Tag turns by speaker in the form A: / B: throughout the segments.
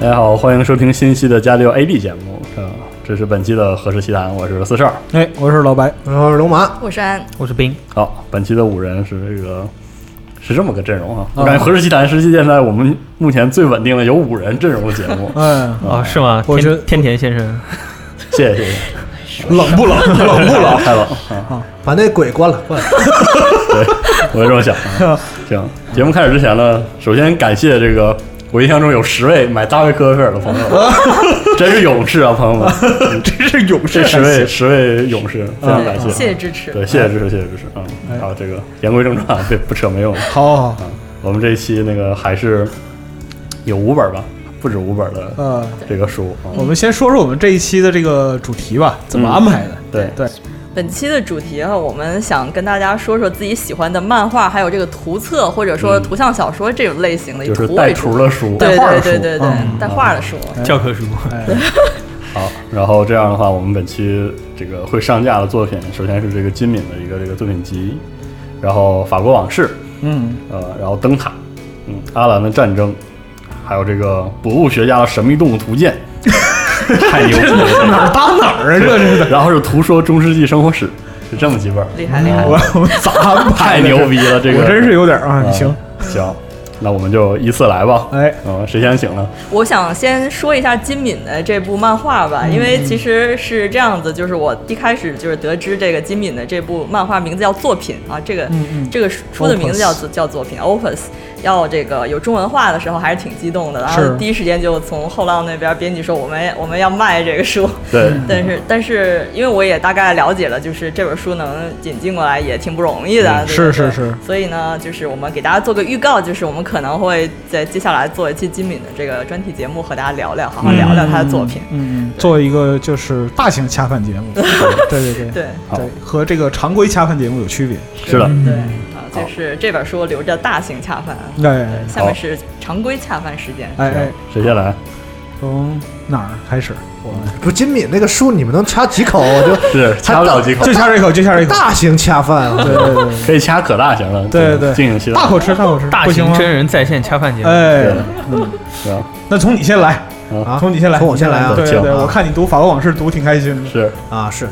A: 大家好，欢迎收听新一期的《加六 AB》节目，嗯，这是本期的《何氏奇谈》，我是四十二。
B: 哎，我是老白，，
C: 我是龙马，
D: 我是安，
E: 我是冰，
A: 好，本期的五人是这个是这么个阵容啊，我感觉《何氏奇谈》是现在我们目前最稳定的有五人阵容的节目
B: 哎，
E: 哦，是吗？
B: 我觉得
E: 天天田先生，
A: 谢谢谢谢，
C: 冷不冷？冷不冷？
A: 太冷啊！
C: 把那鬼关了，关了。
A: 对，我就这么想啊。行，节目开始之前呢，首先感谢这个我印象中有十位买大卫科菲尔的朋友， 真是勇士啊，朋 友们，
E: 真是勇
A: 这十位十位勇士，非常感谢，
D: 谢谢支持。
A: 对，谢谢支持，谢谢支持啊！
D: 哎
A: 然后这个言归正传，别不扯没用的。
B: 好好好，
A: 我们这一期那个还是有五本吧，不止五本
D: 嗯
A: 的
B: 呃，
A: 这个书啊。
B: 我们先说说我们这一期的这个主题吧，怎么安排的？
A: 对，
B: 对，
D: 本期的主题啊，我们想跟大家说说自己喜欢的漫画，还有这个图册或者说图像小说这种类型的，以
A: 嗯就是
D: 图
A: 带
D: 为
A: 图
D: 主。
A: 的书，
D: 对
A: 带画的
D: 对
A: 书嗯
D: 对。对
B: 嗯
D: 对，带画的书。
E: 教科书，
B: 哎
A: 好，然后这样的话，我们本期这个会上架的作品，首先是这个金敏的一个这个作品集，然后《法国往事》，
B: 嗯，
A: 呃，然后《灯塔》，嗯，《阿兰的战争》，还有这个博物学家的神秘动物图鉴， 太牛逼了！
B: 哪儿搭哪儿啊？这是
A: 然后是《图说中世纪生活史》，是这么几本儿，
D: 厉害厉害！
B: 我我们咋安
A: 太
B: 排的？
A: 牛逼了！这个
B: 我真是有点儿啊，
A: 嗯
B: 行，
A: 行，那我们就依次来吧。
B: 哎，
A: 嗯，谁先请呢？
D: 我想先说一下金敏的这部漫画
B: 嗯
D: 吧，因为其实是这样子，就是我一开始就是得知这个金敏的这部漫画名字叫作品啊，这个
B: 嗯嗯
D: 这个书的名
B: Opus
D: 字叫做叫作品 Opus，要这个有中文化的时候还是挺激动的，然后
B: 是
D: 第一时间就从后浪那边编辑说我们我们要卖这个书，
A: 对，
D: 但是但是因为我也大概了解了，就是这本书能引进过来也挺不容易的，
A: 嗯
D: 对不
B: 是
D: 对
B: 是是
D: 所以呢，就是我们给大家做个预告，就是我们可能会在接下来做一期金敏的这个专题节目，和大家聊聊，好好聊聊他的作品。
B: 嗯，嗯嗯做一个就是大型恰饭 节目，对对对
D: 对
A: 好
B: 对，和这个常规恰饭节目有区别。
A: 是的，
D: 对啊，就是这本书留着大型恰饭，
B: 哎
D: 下面是常规恰饭时间。
B: 哎哎，
A: 谁先来？
B: 从哪儿开始？我们
C: 不是金敏那个书，你们能掐几口？我就是
A: 掐不了几口，
B: 就掐这口，就掐这口，
C: 大型掐饭啊！
B: 对对对
A: 可以掐可大型了。
B: 对对
A: 敬请期
B: 对，
A: 待。
B: 大口吃，大口吃，
E: 大
B: 不行
E: 型
B: 吗？
E: 真人在线恰饭节目，
B: 哎
A: 对，，嗯行，
B: 那从你先来，
C: 啊
B: 从你先来，
C: 从我先来啊
B: 对对
A: 行
B: 对，
C: 啊
B: 我看你读《法国往事》读挺开心的。
A: 是
C: 啊，是。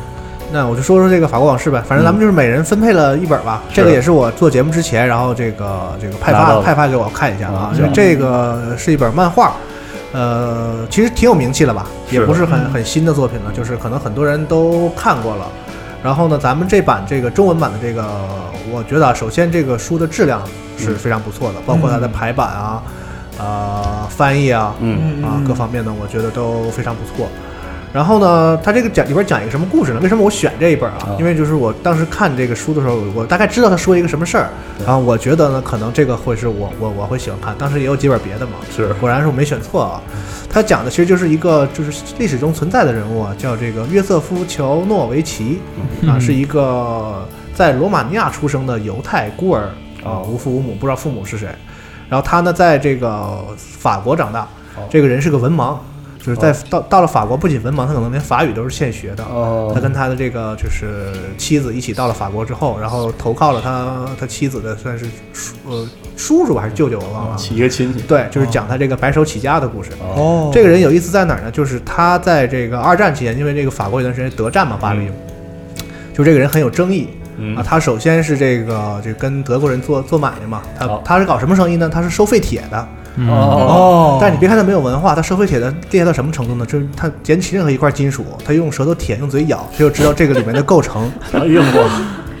C: 那我就说说这个法国往事呗，反正咱们就是每人分配了一本吧。
A: 是
C: 这个也是我做节目之前，然后这个这个派
A: 拿到
C: 发
A: 的
C: 派发给我看一下啊
A: 嗯。
C: 因为这个是一本漫画，呃，其实挺有名气了吧，
A: 是
C: 也不是很很新的作品了，就是可能很多人都看过了。然后呢，咱们这版这个中文版的这个，我觉得啊，首先这个书的质量是非常不错的，包括它的排版啊、呃翻译啊，
A: 嗯，
C: 啊，各方面呢，我觉得都非常不错。然后呢，它这个讲里边讲一个什么故事呢？为什么我选这一本啊
A: 啊？
C: 因为就是我当时看这个书的时候，我大概知道他说一个什么事儿，然后我觉得呢，可能这个会是我我我会喜欢看。当时也有几本别的嘛，
A: 是
C: 果然是我没选错啊。他讲的其实就是一个就是历史中存在的人物啊，叫这个约瑟夫·乔诺维奇啊，
B: 嗯
C: 是一个在罗马尼亚出生的犹太孤儿啊，
A: 哦
C: 无父无母，不知道父母是谁。然后他呢，在这个法国长大
A: 哦，
C: 这个人是个文盲，就是在
A: 哦
C: 到到了法国，不仅文盲，他可能连法语都是现学的。
A: 哦
C: 他跟他的这个就是妻子一起到了法国之后，然后投靠了他他妻子的算是叔呃叔叔还是舅舅，我忘了。啊
A: 一个亲戚，
C: 对，就是讲他这个白手起家的故事。
A: 哦，
B: 啊哦
C: 这个人有意思在哪儿呢？就是他在这个二战期间，因为这个法国有段时间德战嘛，巴
B: 嗯
C: 黎，就这个人很有争议
A: 嗯
C: 啊。他首先是这个就跟德国人做做买卖嘛，他
A: 好
C: 他是搞什么生意呢？他是收废铁的。
E: 嗯
A: 哦，
B: 哦，
C: 但是你别看他没有文化，他收废铁的厉害到什么程度呢？就是他捡起任何一块金属，他用舌头舔，用嘴咬，他就知道这个里面的构成。
A: 哎呦我，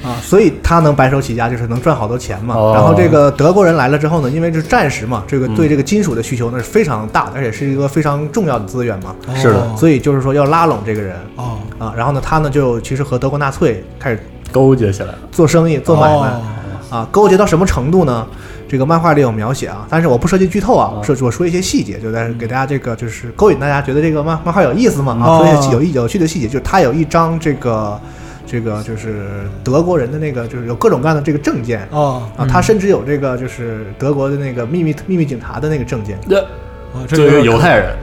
C: 啊，所以他能白手起家，就是能赚好多钱嘛。
A: 哦
C: 然后这个德国人来了之后呢，因为是战时嘛，这个
A: 嗯
C: 对这个金属的需求那是非常大的，而且是一个非常重要的资源嘛。
B: 哦
A: 是的
C: 所以就是说要拉拢这个人
B: 哦，
C: 啊，然后呢，他呢就其实和德国纳粹开始
A: 勾结起来了，
C: 做生意、做买卖、
B: 哦
C: 啊，勾结到什么程度呢？这个漫画里有描写啊，但是我不涉及剧透啊
A: 啊，
C: 是我说一些细节，就在给大家这个就是勾引大家觉得这个漫漫画有意思嘛
B: 嗯
C: 啊，
B: 哦
C: 说一些有意有趣的细节，就是他有一张这个这个就是德国人的那个就是有各种各样的这个证件
B: 哦，
C: 啊，他甚至有这个就是德国的那个秘密秘密警察的那个证件，
A: 这
B: 哦这
A: 作为一个
B: 个
A: 犹太人，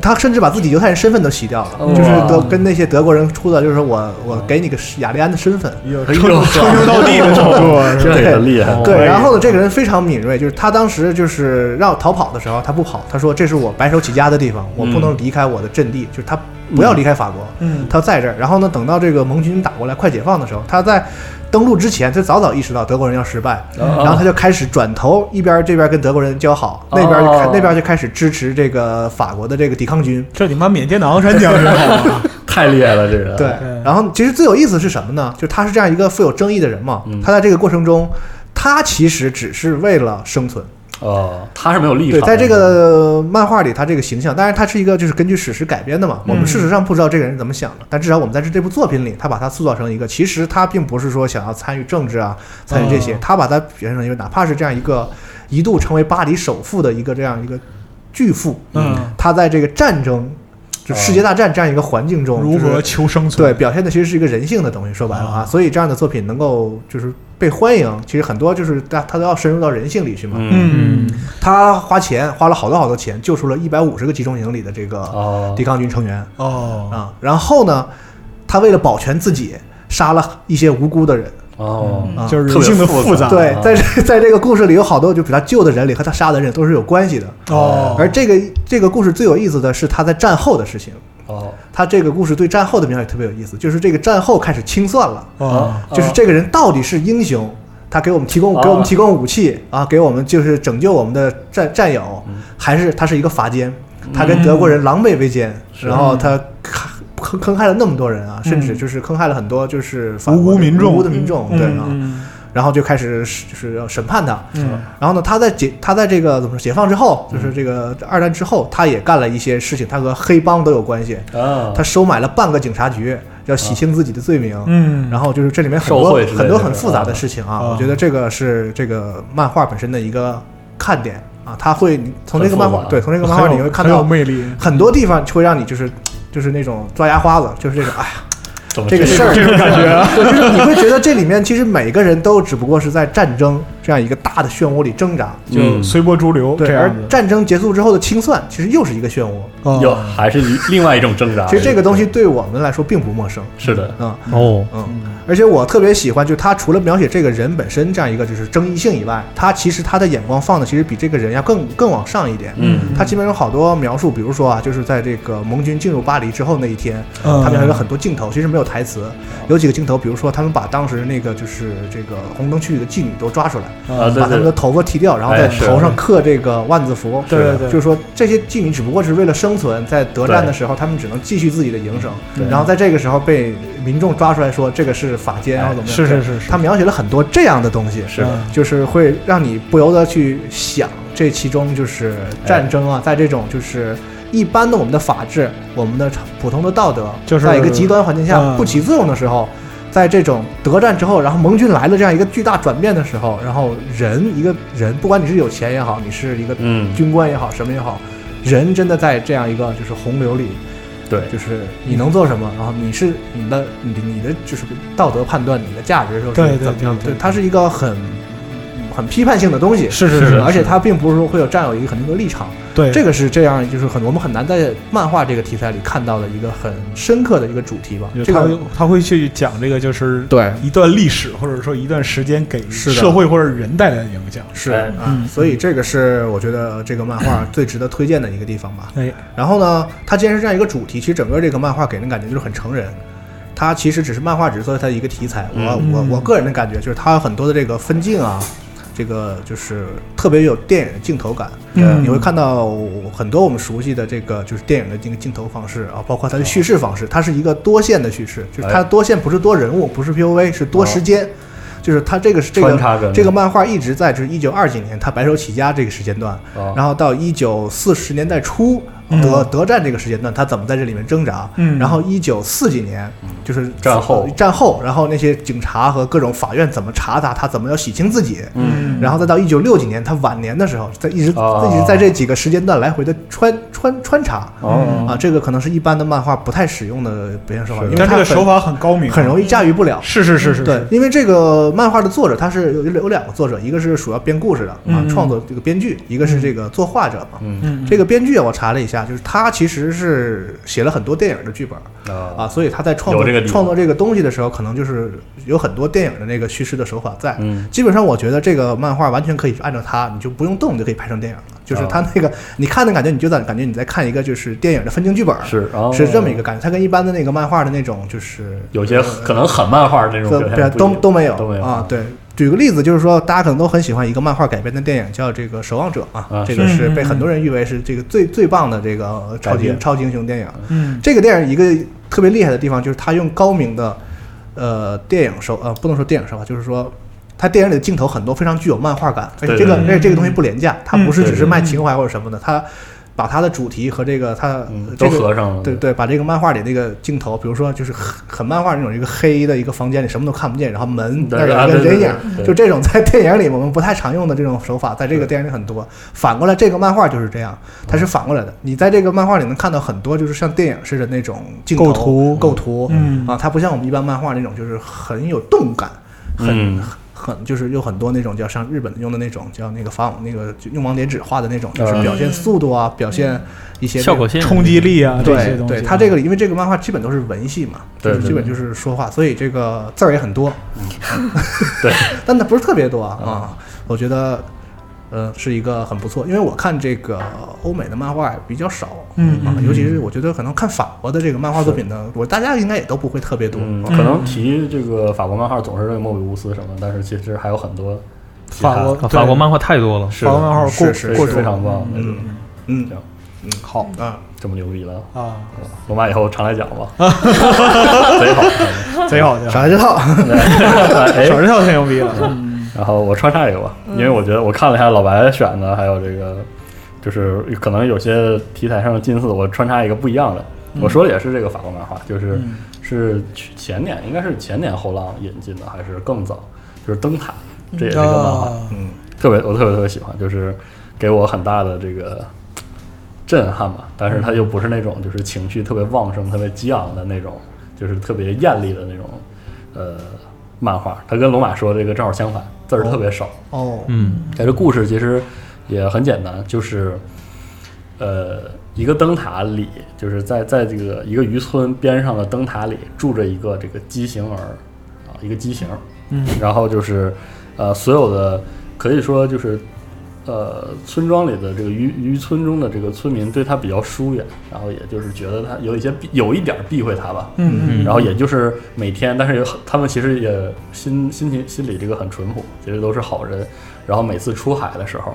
C: 他甚至把自己犹太人身份都洗掉了，
B: 哦
F: 哇
C: 就是德跟那些德国人出的，就是说我我给你个雅利安的身份。
B: 有
A: 哎
B: 称
A: 呦
B: 称兄道弟的程度啊，是吧
A: 这个厉害，哦
C: 对，然后呢，这个人非常敏锐，就是他当时就是让我逃跑的时候，他不跑，他说这是我白手起家的地方，我不能离开我的阵地，就是他不要离开法国，
B: 嗯
C: 他在这儿。然后呢，等到这个盟军打过来快解放的时候，他在登陆之前，他早早意识到德国人要失败，
A: 啊
C: 然后他就开始转头一边这边跟德国人交好，那边就开
F: 哦
C: 那边就开始支持这个法国的这个抵抗军。
B: 这你妈缅甸的昂山江 是吧？
A: 太厉害了，这人。
C: 对，然后其实最有意思是什么呢？就是他是这样一个富有争议的人嘛，他在这个过程中，他其实只是为了生存。
A: 哦，他是没有立场
C: 对，
A: 的。
C: 在这个漫画里，他这个形象，当然他是一个就是根据史实改编的
B: 嗯
C: 嘛。我们事实上不知道这个人是怎么想的，但至少我们在这这部作品里，他把他塑造成一个，其实他并不是说想要参与政治啊，参与这
B: 哦
C: 些，他把他表现成一个哪怕是这样一个一度成为巴黎首富的一个这样一个巨富，
B: 嗯，
C: 他在这个战争，就世界大战这样一个环境中，
B: 嗯如
C: 就是
B: 何求生存？嗯
C: 对，表现的其实是一个人性的东西。说白了啊，所以这样的作品能够就是被欢迎，其实很多就是大他都要深入到人性里去嘛。
A: 嗯，
B: 嗯，
C: 他花钱花了好多好多钱，救出了一百五十个集中营里的这个
A: 哦
C: 抵，抗军成员
B: 哦，
C: 啊。然后呢，他为了保全自己，杀了一些无辜的人。
A: 哦，
C: 啊
B: 就是
A: 特
B: 人
A: 别
B: 性的
A: 复杂
B: 杂，
C: 对
A: 啊，
C: 在这 在这个故事里有好多就比他救的人里和他杀的人都是有关系的。
B: 哦，
C: 而这个这个故事最有意思的是他在战后的事情。
A: 哦，
C: 他这个故事对战后的描写特别有意思，就是这个战后开始清算了，
B: 哦，
C: 就是这个人到底是英雄，他给我们提供
A: 啊
C: 给我们提供武器啊，给我们就是拯救我们的战战友，
B: 嗯
C: 还是他是一个法奸，他跟德国人狼狈为奸，然后他坑坑坑害了那么多人啊，甚至就是坑害了很多就是法
B: 嗯
C: 国
B: 无辜民众
C: 无辜的民众，对啊，
B: 嗯
C: 然后就开始是就是要审判他，
B: 嗯
C: 然后呢，他在解他在这个怎么说解放之后，就是这个二战之后，他也干了一些事情，他和黑帮都有关
B: 哦
C: 系，
A: 啊，
C: 他收买了半个警察局，要洗清自己的罪名。
B: 嗯，
C: 然后就是这里面很
A: 受
C: 多
A: 贿之类的
C: 很多很复杂的事情啊，
B: 啊
C: 我觉得这个是这个漫画本身的一个看点啊，它会你从这个漫
A: 很
C: 画
A: 复杂
C: 对从这个漫画
B: 很
C: 你
B: 有
C: 会看
B: 很有
C: 到
B: 魅力，
C: 很多地方会让你就是就是那种抓牙花子，就是这种哎呀
A: 怎么
C: 这个事儿，嗯
B: 这种感觉啊，
C: 对就是你会觉得这里面其实每个人都只不过是在战争这样一个大的漩涡里挣扎，
B: 就随波逐流这
C: 对，而
B: 样子。
C: 战争结束之后的清算其实又是一个漩涡，
A: 又
B: 哦，
A: 还是一另外一种
B: 啊
A: 挣扎。
C: 其实这个东西对我们来说并不陌生，
A: 是的，
C: 嗯。
E: 哦，
C: 嗯，而且我特别喜欢，就他除了描写这个人本身这样一个就是争议性以外，他其实他的眼光放的其实比这个人要更更往上一点。
A: 嗯，
C: 他基本有好多描述，比如说啊，就是在这个盟军进入巴黎之后那一天，
B: 嗯
C: 他们还有很多镜头，其实没有台词，有几个镜头，比如说他们把当时那个就是这个红灯区里的妓女都抓出来，
A: 啊，对
C: 嗯把他们
A: 对，
C: 的头发剃掉，然后
A: 哎
C: 在
A: 是
C: 头上刻这个万字符。
B: 对对对
C: 就是说这些妓女只不过是为了生存，在德战的时候，他们只能继续自己的营生，然后在这个时候被民众抓出来说这个是法奸，然后怎么样？
B: 是是
C: 对
B: 是是嗯
C: 他描写了很多这样的东西，
A: 哎是的，
C: 就是会让你不由得去想，这其中就是战争
B: 哎
C: 啊，在这种就是。一般的我们的法治，我们的普通的道德，
B: 就是
C: 在一个极端环境下、
B: 嗯
C: 不起作用的时候，在这种德战之后，然后盟军来了这样一个巨大转变的时候，然后人一个人，不管你是有钱也好，你是一个
A: 嗯，
C: 军官也好，什么也好，人真的在这样一个就是洪流里，
A: 对，
C: 就是你能做什么，然后你是你的你的你的就是道德判断，你的价值就是
B: 对对
C: 怎么样？
B: 对对
C: 它是一个很很批判性的东西，
B: 是是
A: 是
B: 是
A: 的，
C: 而且它并不是说会有占有一个很定的立场，
B: 对
C: 这个是这样，就是很我们很难在漫画这个题材里看到的一个很深刻的一个主题吧。
B: 就
C: 这
B: 他
C: 个
B: 会他会去讲这个，就是
C: 对
B: 一段历史或者说一段时间给
C: 是的
B: 社会或者人带来的影响。
C: 是
A: 哎
C: 啊
B: 嗯，
C: 所以这个是我觉得这个漫画最值得推荐的一个地方吧。
B: 哎，
C: 然后呢，它既然是这样一个主题，其实整个这个漫画给人感觉就是很成人。它其实只是漫画，只是作为它的一个题材。我
B: 嗯
C: 我我个人的感觉就是它有很多的这个分镜啊，这个就是特别有电影的镜头感。
B: 嗯
C: 你会看到很多我们熟悉的这个就是电影的这个镜头方式啊，包括它的叙事方式，它是一个多线的叙事，就是它
A: 哎哦
C: 多线不是多人物，不是 POV，是多时间。就是它这个是这个
A: 穿插着哦
C: 这个漫画一直在，就是一九二几年他白手起家这个时间段，
A: 哦
C: 然后到一九四十年代初
A: 嗯
C: 德德战这个时间段，他怎么在这里面挣扎？
B: 嗯
C: 然后一九四几年就是
A: 嗯
C: 呃
A: 战后
C: 战后，然后那些警察和各种法院怎么查他，他怎么要洗清自己？
B: 嗯
C: 然后再到一九六几年他晚年的时候，在一直
A: 哦
C: 一直在这几个时间段来回的穿穿穿插。
A: 哦，
C: 啊，这个可能是一般的漫画不太使用的表现手法，因为
B: 但
C: 它
B: 这个
C: 很
B: 手法很高明，啊
C: 很容易驾驭不了。
B: 是是是是，
C: 对，，因为这个漫画的作者他是有有两个作者，一个是主要编故事的啊，
B: 嗯
C: 创作这个编剧，一个是这个作画者嘛。
A: 嗯
B: 嗯，
C: 这个编剧啊我查了一下，就是他其实是写了很多电影的剧本
A: 啊
C: 啊，所以他在创作
A: 有这个地方
C: 创作这个东西的时候，可能就是有很多电影的那个叙事的手法在。
A: 嗯
C: 基本上我觉得这个漫画完全可以按照它，你就不用动，你就可以拍成电影了。
A: 哦
C: 就是它那个、你看的感觉，你就在感觉你在看一个就是电影的分镜剧本，
A: 是哦
C: 是这么一个感觉。它跟一般的那个漫画的那种就是
A: 有些可能很漫画那种表
C: 对
A: 现不一
C: 呃都
A: 样
C: 都没有
A: 都没有
C: 啊。对，举个例子，就是说大家可能都很喜欢一个漫画改编的电影，叫这个《守望者》
A: 啊
C: 啊，这个
E: 是
C: 是被
E: 嗯嗯
C: 很多人誉为是这个最最棒的这个超
A: 改
C: 级
A: 编
C: 超级英雄电影。
E: 嗯
C: 这个电影一个特别厉害的地方就是他用高明的呃电影手呃不能说电影手法，就是说。他电影里的镜头很多非常具有漫画感，而且
A: 对
C: 这个
A: 对嗯
C: 而且这个东西不廉价，它不是
A: 对
C: 只
A: 对
C: 是卖情怀或者什么的，它把它的主题和这个它
A: 嗯
C: 呃这
A: 都
C: 个
A: 合上了，
C: 对对，把这个漫画里那个镜头，比如说就是很很漫画那种一个黑的一个房间里什么都看不见，然后门
A: 对
C: 那儿
A: 啊
C: 有
A: 对
C: 一个
A: 对
C: 人影
A: 对对，
C: 就这种在电影里我们不太常用的这种手法，在这个电影里很多。反过来，这个漫画就是这样，它是反过来的。你在这个漫画里能看到很多就是像电影似的那种镜头
B: 构图
C: 构图，
B: 嗯
C: 啊，它不像我们一般漫画那种就是很有动感，很
A: 嗯
C: 很就是有很多那种叫像日本用的那种叫那个防网那个就用网叠纸画的那种，就是
A: 嗯
C: 表现速度啊，表现一些这
E: 效
C: 个
E: 果线
B: 冲击力啊这些
C: 对
B: 东西。
C: 对，它这个因为这个漫画基本都是文戏嘛，
A: 对
C: 就是
A: 对
C: 基本就是说话，所以这个字儿也很多，嗯
A: 对，
C: 但它不是特别多啊啊。我觉得，呃，是一个很不错，因为我看这个欧美的漫画比较少，
B: 嗯
C: 啊，尤其是我觉得可能看法国的这个漫画作品呢，我大家应该也都不会特别多，
A: 嗯，
C: 啊
A: 可能提这个法国漫画总是认为莫比乌斯什么，但是其实还有很多其他
B: 法国
E: 啊法国漫画太多了，
A: 是
B: 法国漫画
C: 是
B: 过
A: 是
B: 过
A: 是
B: 之
A: 非常棒，那种
C: 嗯嗯
A: 行
C: 嗯，
B: 好
C: 啊，
A: 这么牛逼了，
B: 啊，
A: 罗马以后常来讲吧，贼好，
B: 贼好的，
C: 啥这套？
A: 哎
B: 手这跳太牛 逼了。嗯
A: 然后我穿插一个吧，因为我觉得我看了一下老白选的，还有这个就是可能有些题材上的近似，我穿插一个不一样的。我说的也是这个法国漫画，就是
B: 嗯
A: 是去前年，应该是前年后浪引进的，还是更早？就是灯塔，这也是一个漫画，
C: 嗯
A: 特别我特别特别喜欢，就是给我很大的这个震撼吧。但
C: 嗯
A: 是它又不是那种就是情绪特别旺盛、特别激昂的那种，就是特别艳丽的那种呃漫画。它跟龙马说这个正好相反，字儿特别少。
C: 哦，
E: 嗯
A: 它这故事其实也很简单，就是呃一个灯塔里，就是在在这个一个渔村边上的灯塔里住着一个这个畸形儿啊，一个畸形儿。
B: 嗯
A: 然后就是呃，所有的可以说就是呃，村庄里的这个渔渔村中的这个村民对他比较疏远，然后也就是觉得他有一些避有一点儿避讳他吧。
B: 嗯
A: 然后也就是每天，但是有很他们其实也心心情心里这个很淳朴，其实都是好人。然后每次出海的时候，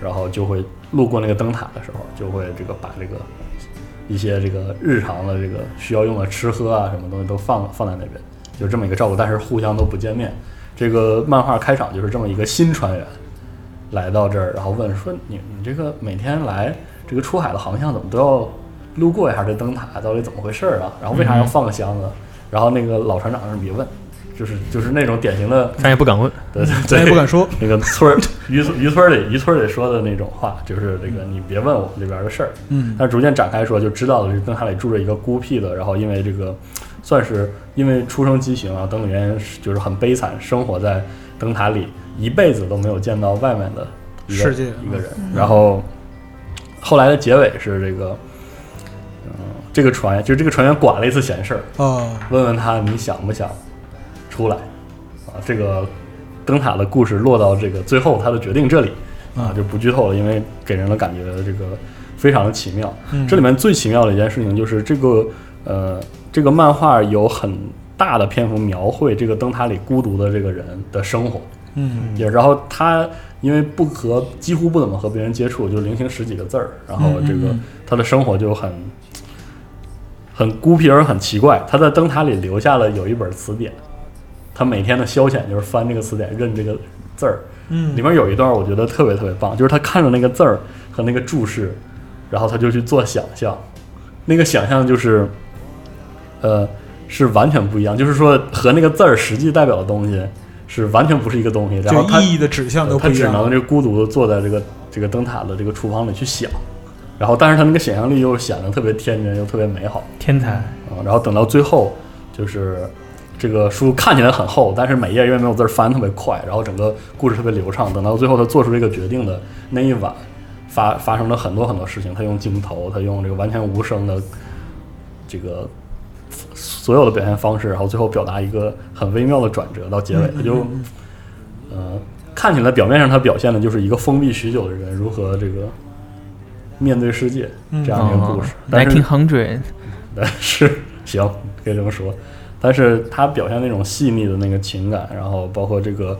A: 然后就会路过那个灯塔的时候，就会这个把这个一些这个日常的这个需要用的吃喝啊什么东西都放放在那边，就这么一个照顾，但是互相都不见面。这个漫画开场就是这么一个新船员来到这儿，然后问说你你这个每天来这个出海的航向怎么都要路过一下这灯塔，到底怎么回事儿啊？然后为
B: 嗯
A: 啥要放个箱子？然后那个老船长说你别问，就是就是那种典型 的，
E: 咱也不敢问。
A: 对对
B: 咱
A: 对，
B: 也不敢说。
A: 那个村儿 渔村渔村里渔村里说的那种话，就是这个你别问我里边的事儿。
B: 嗯
A: 但是逐渐展开说，就知道了这灯塔里住着一个孤僻的，然后因为这个算是因为出生畸形啊等等原因，就是很悲惨，生活在灯塔里一辈子都没有见到外面的一个
B: 世界嗯
A: 一个人。然后后来的结尾是这个，嗯、这个船就是这个船员管了一次闲事儿，
B: 啊，
A: 问问他你想不想出来啊？这个灯塔的故事落到这个最后他的决定这里
B: 嗯
A: 啊，就不剧透了，因为给人的感觉这个非常的奇妙。
B: 嗯
A: 这里面最奇妙的一件事情就是这个呃，这个漫画有很大的篇幅描绘这个灯塔里孤独的这个人的生活。
B: 嗯
A: 也然后他因为不和几乎不怎么和别人接触，就零星十几个字儿，然
B: 嗯
A: 后这个他的生活就很很孤僻而很奇怪。他在灯塔里留下了有一本词典，他每天的消遣就是翻这个词典认这个字儿。
B: 嗯
A: 里面有一段我觉得特别特别棒，就是他看着那个字儿和那个注释，然后他就去做想象，那个想象就是，呃，是完全不一样，就是说和那个字儿实际代表的东西是完全不是一个东西。然后
B: 就
A: 他
B: 意义的指向都
A: 他
B: 不一
A: 只
B: 样。
A: 能这孤独的坐在这个这个灯塔的这个厨房里去想，然后但是他那个想象力又显得特别天真，又特别美好
E: 天才，
A: 啊、然后等到最后，就是这个书看起来很厚，但是每页因为没有字儿翻特别快，然后整个故事特别流畅。等到最后他做出这个决定的那一晚，发发生了很多很多事情，他用镜头，他用这个完全无声的这个所有的表现方式，然后最后表达一个很微妙的转折到结尾，他就呃看起来表面上他表现的就是一个封闭许久的人如何这个面对世界这样一
E: 哦
A: 个啊故事，但是
E: Nineteen Hundred，
A: 但是行，可以这么说。但是他表现那种细腻的那个情感，然后包括这个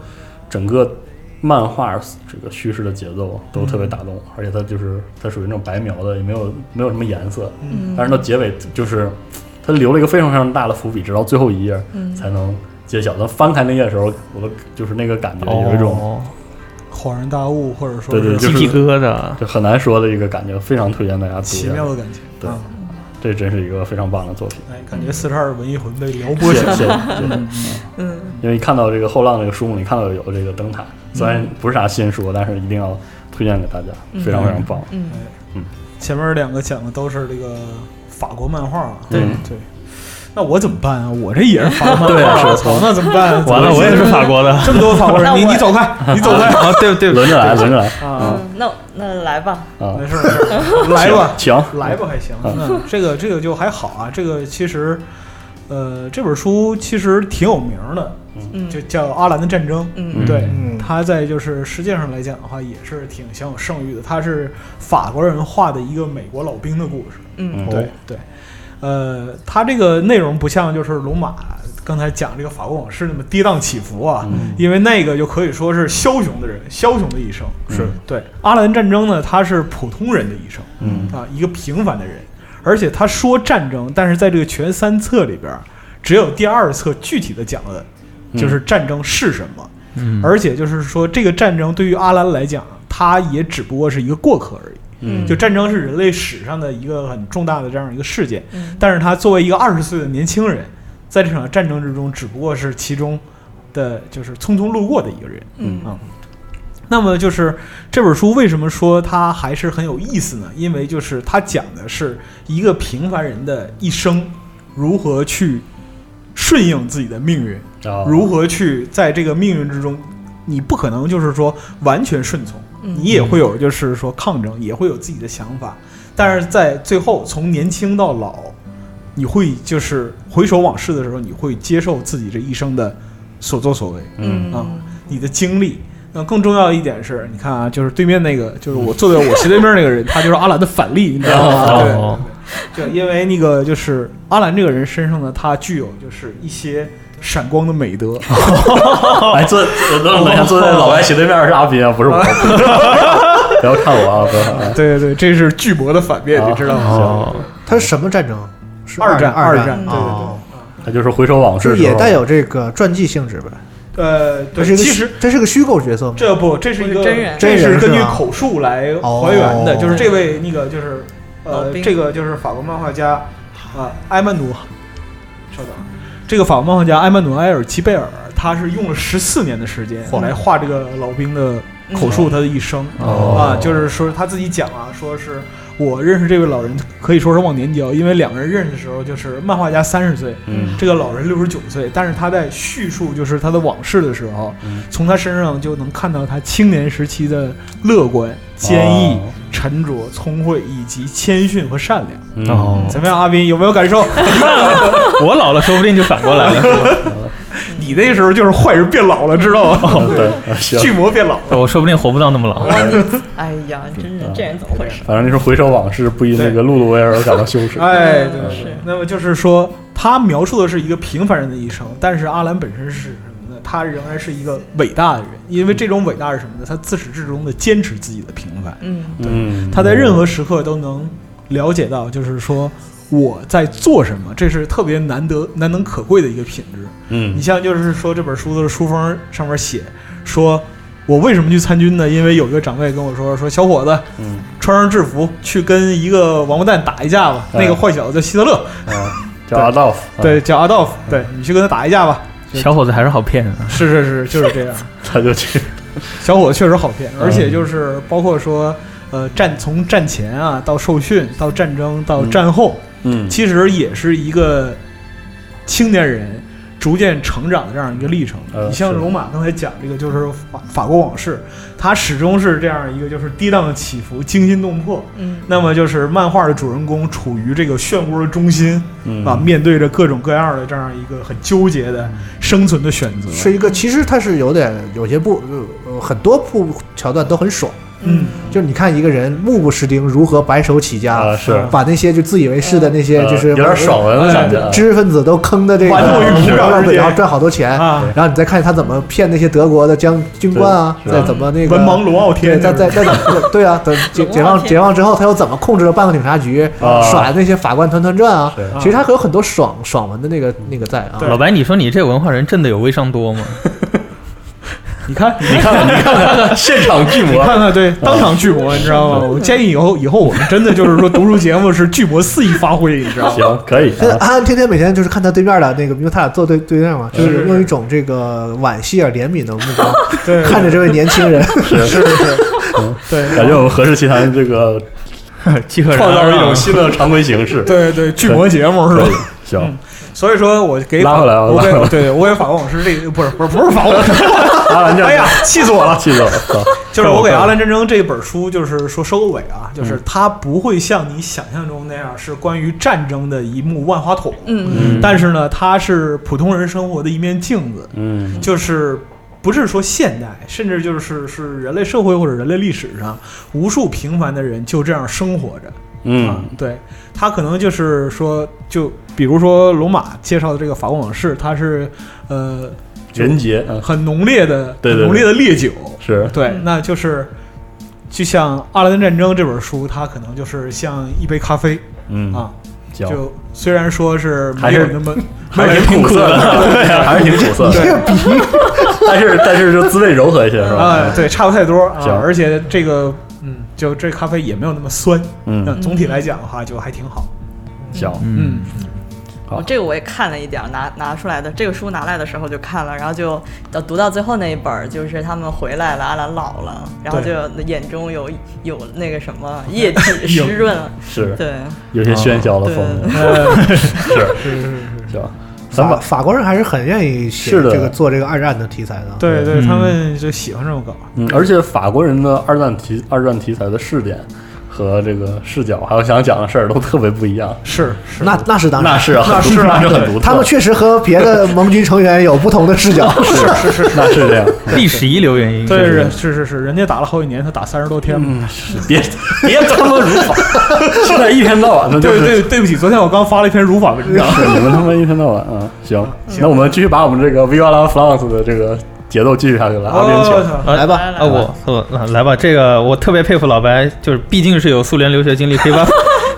A: 整个漫画这个叙事的节奏都特别打动我，而且它就是它属于那种白描的，也没有没有什么颜色，
D: 嗯
A: 但是到结尾就是他留了一个非常非常大的伏笔，直到最后一页
D: 嗯
A: 才能揭晓。他翻开那页的时候，我都就是那个感觉有一种
E: 哦
B: 恍然大悟，或者说
A: 对对
B: 是
A: 就
E: 鸡
A: 是
E: 皮疙瘩，
A: 就很难说的一个感觉，非常推荐大家读一
B: 奇
A: 下
B: 妙。的感觉。
A: 对
B: 啊
A: 这真是一个非常棒的作品。
B: 哎，感觉四十二文艺魂被撩拨
A: 谢
B: 起
A: 谢
B: 来
A: 谢谢
B: 了。
A: 谢谢。
D: 嗯，
A: 因为看到这个后浪这个书目里看到有这个灯塔，
B: 嗯
A: 虽然不是啥新书，但是一定要推荐给大家，非常非常棒。
D: 嗯
B: 前面两个讲的都是这个法国漫画啊，
E: 对
A: 嗯
B: 对。那我怎么办啊？我这也是法国漫画，
A: 对啊是
B: 我操，那怎么办啊？
E: 完了，我也是法国的。
B: 这么多法国人，你
D: 那我
B: 你走 开，你走开
E: 啊，对对，
A: 轮着来，轮着来
B: 啊！
D: 嗯，那那来吧，
A: 啊！
B: 没事没 事，来吧，
A: 请
B: 来，吧，还行。
A: 嗯
B: 嗯，这个这个就还好啊。这个其实，呃，这本书其实挺有名的，
D: 嗯
B: 就叫《阿兰的战争》。
D: 嗯
B: 对
C: 嗯，
B: 它在就是世界上来讲的话，也是挺享有盛誉的。它是法国人画的一个美国老兵的故事。
D: 嗯
A: 嗯
B: 对哦对，呃，它这个内容不像就是龙马刚才讲这个法国往事那么跌宕起伏啊，
A: 嗯
B: 因为那个就可以说是枭雄的人，枭雄的一生。
A: 是
B: 对阿兰战争呢，他是普通人的一生，
A: 嗯
B: 啊，一个平凡的人，而且他说战争，但是在这个全三册里边儿，只有第二册具体的讲了，就是战争是什么，
E: 嗯，
B: 而且就是说这个战争对于阿兰来讲，他也只不过是一个过客而已。
A: 嗯
B: 就战争是人类史上的一个很重大的这样一个事件，
D: 嗯
B: 但是他作为一个二十岁的年轻人，在这场战争之中，只不过是其中的就是匆匆路过的一个人。
D: 嗯
B: 啊那么就是这本书为什么说它还是很有意思呢？因为就是它讲的是一个平凡人的一生，如何去顺应自己的命运，
A: 啊，
B: 如何去在这个命运之中，你不可能就是说完全顺从，
D: 嗯
B: 你也会有就是说抗争，也会有自己的想法，但是在最后从年轻到老，你会就是回首往事的时候，你会接受自己这一生的所作所为。
A: 嗯
B: 啊你的经历。那更重要的一点是，你看啊，就是对面那个，就是我坐在我斜对面那个人，他就是阿兰的反例，你知道吗
E: 哦？
B: 对，对，因为那个就是阿兰这个人身上呢，他具有就是一些闪光的美德，
C: 哦
A: 来坐，等等一下，坐在老白斜对面是阿斌啊，不是我，不要看我啊，不要看我。
B: 对对对，这是巨博的反面，
A: 啊
B: 你知道吗？
E: 哦，
C: 它是什么战争？是
B: 二战
C: 战，二
B: 二战
D: 对对对
C: 哦
A: 他啊就是回首往事
C: 就
A: 的
C: 是
A: 时候，
C: 也带有这个传记性质呗。
B: 呃，对，
C: 这是一个
B: 其
C: 虚
B: 实
C: 这是个虚构角色吗？
B: 这不，这是一个
D: 真人
B: 这是根
C: 真人
B: 据
C: 是吧
B: 口述来还原的，
C: 哦
B: 就是这位那个就是
D: 老
B: 呃，
D: 兵
B: 这个就是法国漫画家啊埃曼努，稍等啊，这个法国漫画家埃曼努埃尔齐贝尔，他是用了十四年的时间
C: 嚯
B: 来画这个老兵的口
D: 嗯
B: 述他的一生
E: 哦
B: 啊，就是说他自己讲啊，说是。我认识这位老人可以说是忘年交，因为两个人认识的时候就是漫画家三十岁，
A: 嗯
B: 这个老人六十九岁，但是他在叙述就是他的往事的时候，
A: 嗯
B: 从他身上就能看到他青年时期的乐观、坚毅、
A: 哦
B: 沉着、聪慧以及谦逊和善良。
A: 嗯
E: 哦
B: 怎么样，阿斌有没有感受？
E: 我老了，说不定就反过来了。
B: 你那时候就是坏人变老了，知道
A: 哦
B: 吗？
A: 对，啊行。
B: 巨魔变老了。
E: 我说不定活不到那么老。
D: 哎呀，真是这人怎么回事？
A: 反正那时候回首往事，不以那个露露威尔感到羞耻。
B: 哎，
D: 嗯
B: 对，
D: 是
B: 那么就是说，他描述的是一个平凡人的一生，但是阿兰本身是什么呢？他仍然是一个伟大的人，因为这种伟大是什么呢？他自始至终的坚持自己的平凡。
D: 嗯
A: 嗯，
B: 他在任何时刻都能了解到，就是说我在做什么，这是特别难得、难能可贵的一个品质。你
A: 嗯
B: 像就是说这本书的书封上面写说。我为什么去参军呢？因为有一个长辈跟我说：“说小伙子，
A: 嗯
B: 穿上制服去跟一个王八蛋打一架吧。
A: 哎
B: 那个坏小子叫希特勒，
A: 啊，叫嗯阿道夫，
B: 对，叫阿道夫，对你去跟他打一架吧。
E: 小伙子还是好骗啊。
B: 是是是，就 是这样。
A: 他就去
B: 小伙子确实好骗，
A: 嗯
B: 而且就是包括说，呃，战从战前啊到受训，到战争，到
A: 嗯
B: 战后，
A: 嗯
B: 其实也是一个青年人逐渐成长的这样一个历程。
A: 呃
B: 你像
A: 是
B: 龙马刚才讲这个，就是法法国往事，它始终是这样一个就是跌宕起伏、惊心动魄。
D: 嗯，
B: 那么就是漫画的主人公处于这个漩涡的中心
A: 嗯
B: 啊，面对着各种各样的这样一个很纠结的生存的选择。
C: 是一个，其实它是有点有些部，呃，很多部桥段都很爽。
B: 嗯，
C: 就是你看一个人目不识丁，如何白手起家，
A: 啊是，
C: 把那些就自以为是的那些
A: 呃
C: 就是、
A: 有点爽文了，
B: 哎
A: 感觉啊
C: 知识分子都坑的这个，
B: 玩弄于股掌之间
C: 然后赚好多
A: 哎
C: 钱。
B: 啊，
C: 然后你再看他怎么骗那些德国的将军官啊，
A: 是是
C: 再怎么那个
B: 文盲龙傲
C: 对，
B: 天，
C: 再再再 怎么对啊，等解解放
D: 天
C: 解放之后，他又怎么控制了半个警察局，
A: 啊
C: 耍那些法官团团转啊
A: 是？
C: 其实他有很多爽爽文的那个那个在啊
B: 对。
E: 老白，你说你这文化人真的有微商多吗？
B: 你看
A: 你看看，你看看， 现场巨
B: 你
A: 魔，
B: 看看，对，当场巨魔，你知道吗？我建议以后以后我们真的就是说，读书节目是巨魔肆意发挥，你知道吗？
A: 行，可以
C: 现在
A: 啊，
C: 安安天天每天就是看他对面的那个，因为他俩坐对对面嘛，就是是用一种这个惋惜啊、怜悯的目 光
B: 对，
C: 看着这位年轻人。
A: 是是是，
B: 对
A: 感觉我们何氏奇谈这个啊
E: 契合
A: 创造了一种
E: 新。
A: 新的常规形式，
B: 对 对，巨魔节目是吧
A: 可以？行
B: 嗯，所以说我给
A: 拉回来啊
B: 我给
A: 拉回来
B: 对对，我给法国往事这个不是不是不是法国往 事，
A: 阿兰这
B: 哎呀，气死我了！
A: 气死我了，
B: 就是 我给《阿兰战争》这本书，就是说收个尾啊，
A: 嗯
B: 就是它不会像你想象中那样是关于战争的一幕万花筒，
D: 嗯
A: 嗯
B: 但是呢，它是普通人生活的一面镜子，
A: 嗯
B: 就是不是说现代，甚至就是是人类社会或者人类历史上无数平凡的人就这样生活着。啊
A: 嗯，
B: 对他可能就是说，就比如说龙马介绍的这个法国往事，它是呃
A: 人杰嗯
B: 很浓烈的、
A: 对对对
B: 很浓烈的烈酒。
A: 是
B: 对
D: 嗯，
B: 那就是就像《阿拉丁战争》这本书，它可能就是像一杯咖啡
A: 嗯
B: 啊，
A: 行，
B: 就虽然说是
A: 还
B: 没
A: 是
B: 有那么
A: 还是挺苦涩的，对啊，还是挺苦涩的，
B: 对
A: 但是但是就滋味柔和一些是
B: 啊
A: 吧？，
B: 对，差不太多啊
A: 行，
B: 而且这个嗯，就这咖啡也没有那么酸，那
A: 嗯，
B: 总体来讲的话就还挺好。
A: 行，
E: 嗯，
B: 嗯，
A: 好
D: 哦，这个我也看了一点儿，拿拿出来的这个书拿来的时候就看了，然后就到读到最后那一本儿，就是他们回来了，阿兰老了，然后就眼中有有那个什么液体湿润了，
A: 是
D: 对，
A: 有些喧嚣的风味，
B: 呃，
A: 是
B: 是是是。
A: 行，咱
C: 法
A: 把
C: 法国人还是很愿意写
A: 是的
C: 这个做这个二战的题材的。
B: 对对，他
E: 嗯
B: 们就喜欢这么搞。
A: 嗯，而且法国人的二战题二战题材的视点和这个视角，还有想讲的事儿都特别不一样。
B: 是是，
C: 那那是当然
A: 那。是啊，
B: 那是
A: 那
B: 啊
A: 是很独特，
C: 他们确实和别的盟军成员有不同的视角，
A: 是是是，那是这样。
E: 历史遗留原因。
B: 对
A: 是
B: 是是是是，人家打了好几年，他打三十多天嘛。
A: 嗯，是别别他妈如法， 现在一天到晚的嗯就
B: 对
A: 是
B: 对，对不起，昨天我刚发了一篇儒法文 章。
A: 是你们他妈一天到晚啊！行，那我们继续把我们这个 Viva La France 的这个节奏继续下去来，阿联酋。
B: 哦
E: 呃
C: 来吧
E: 啊，我我来来吧，这个我特别佩服老白，就是毕竟是有苏联留学经历，可以把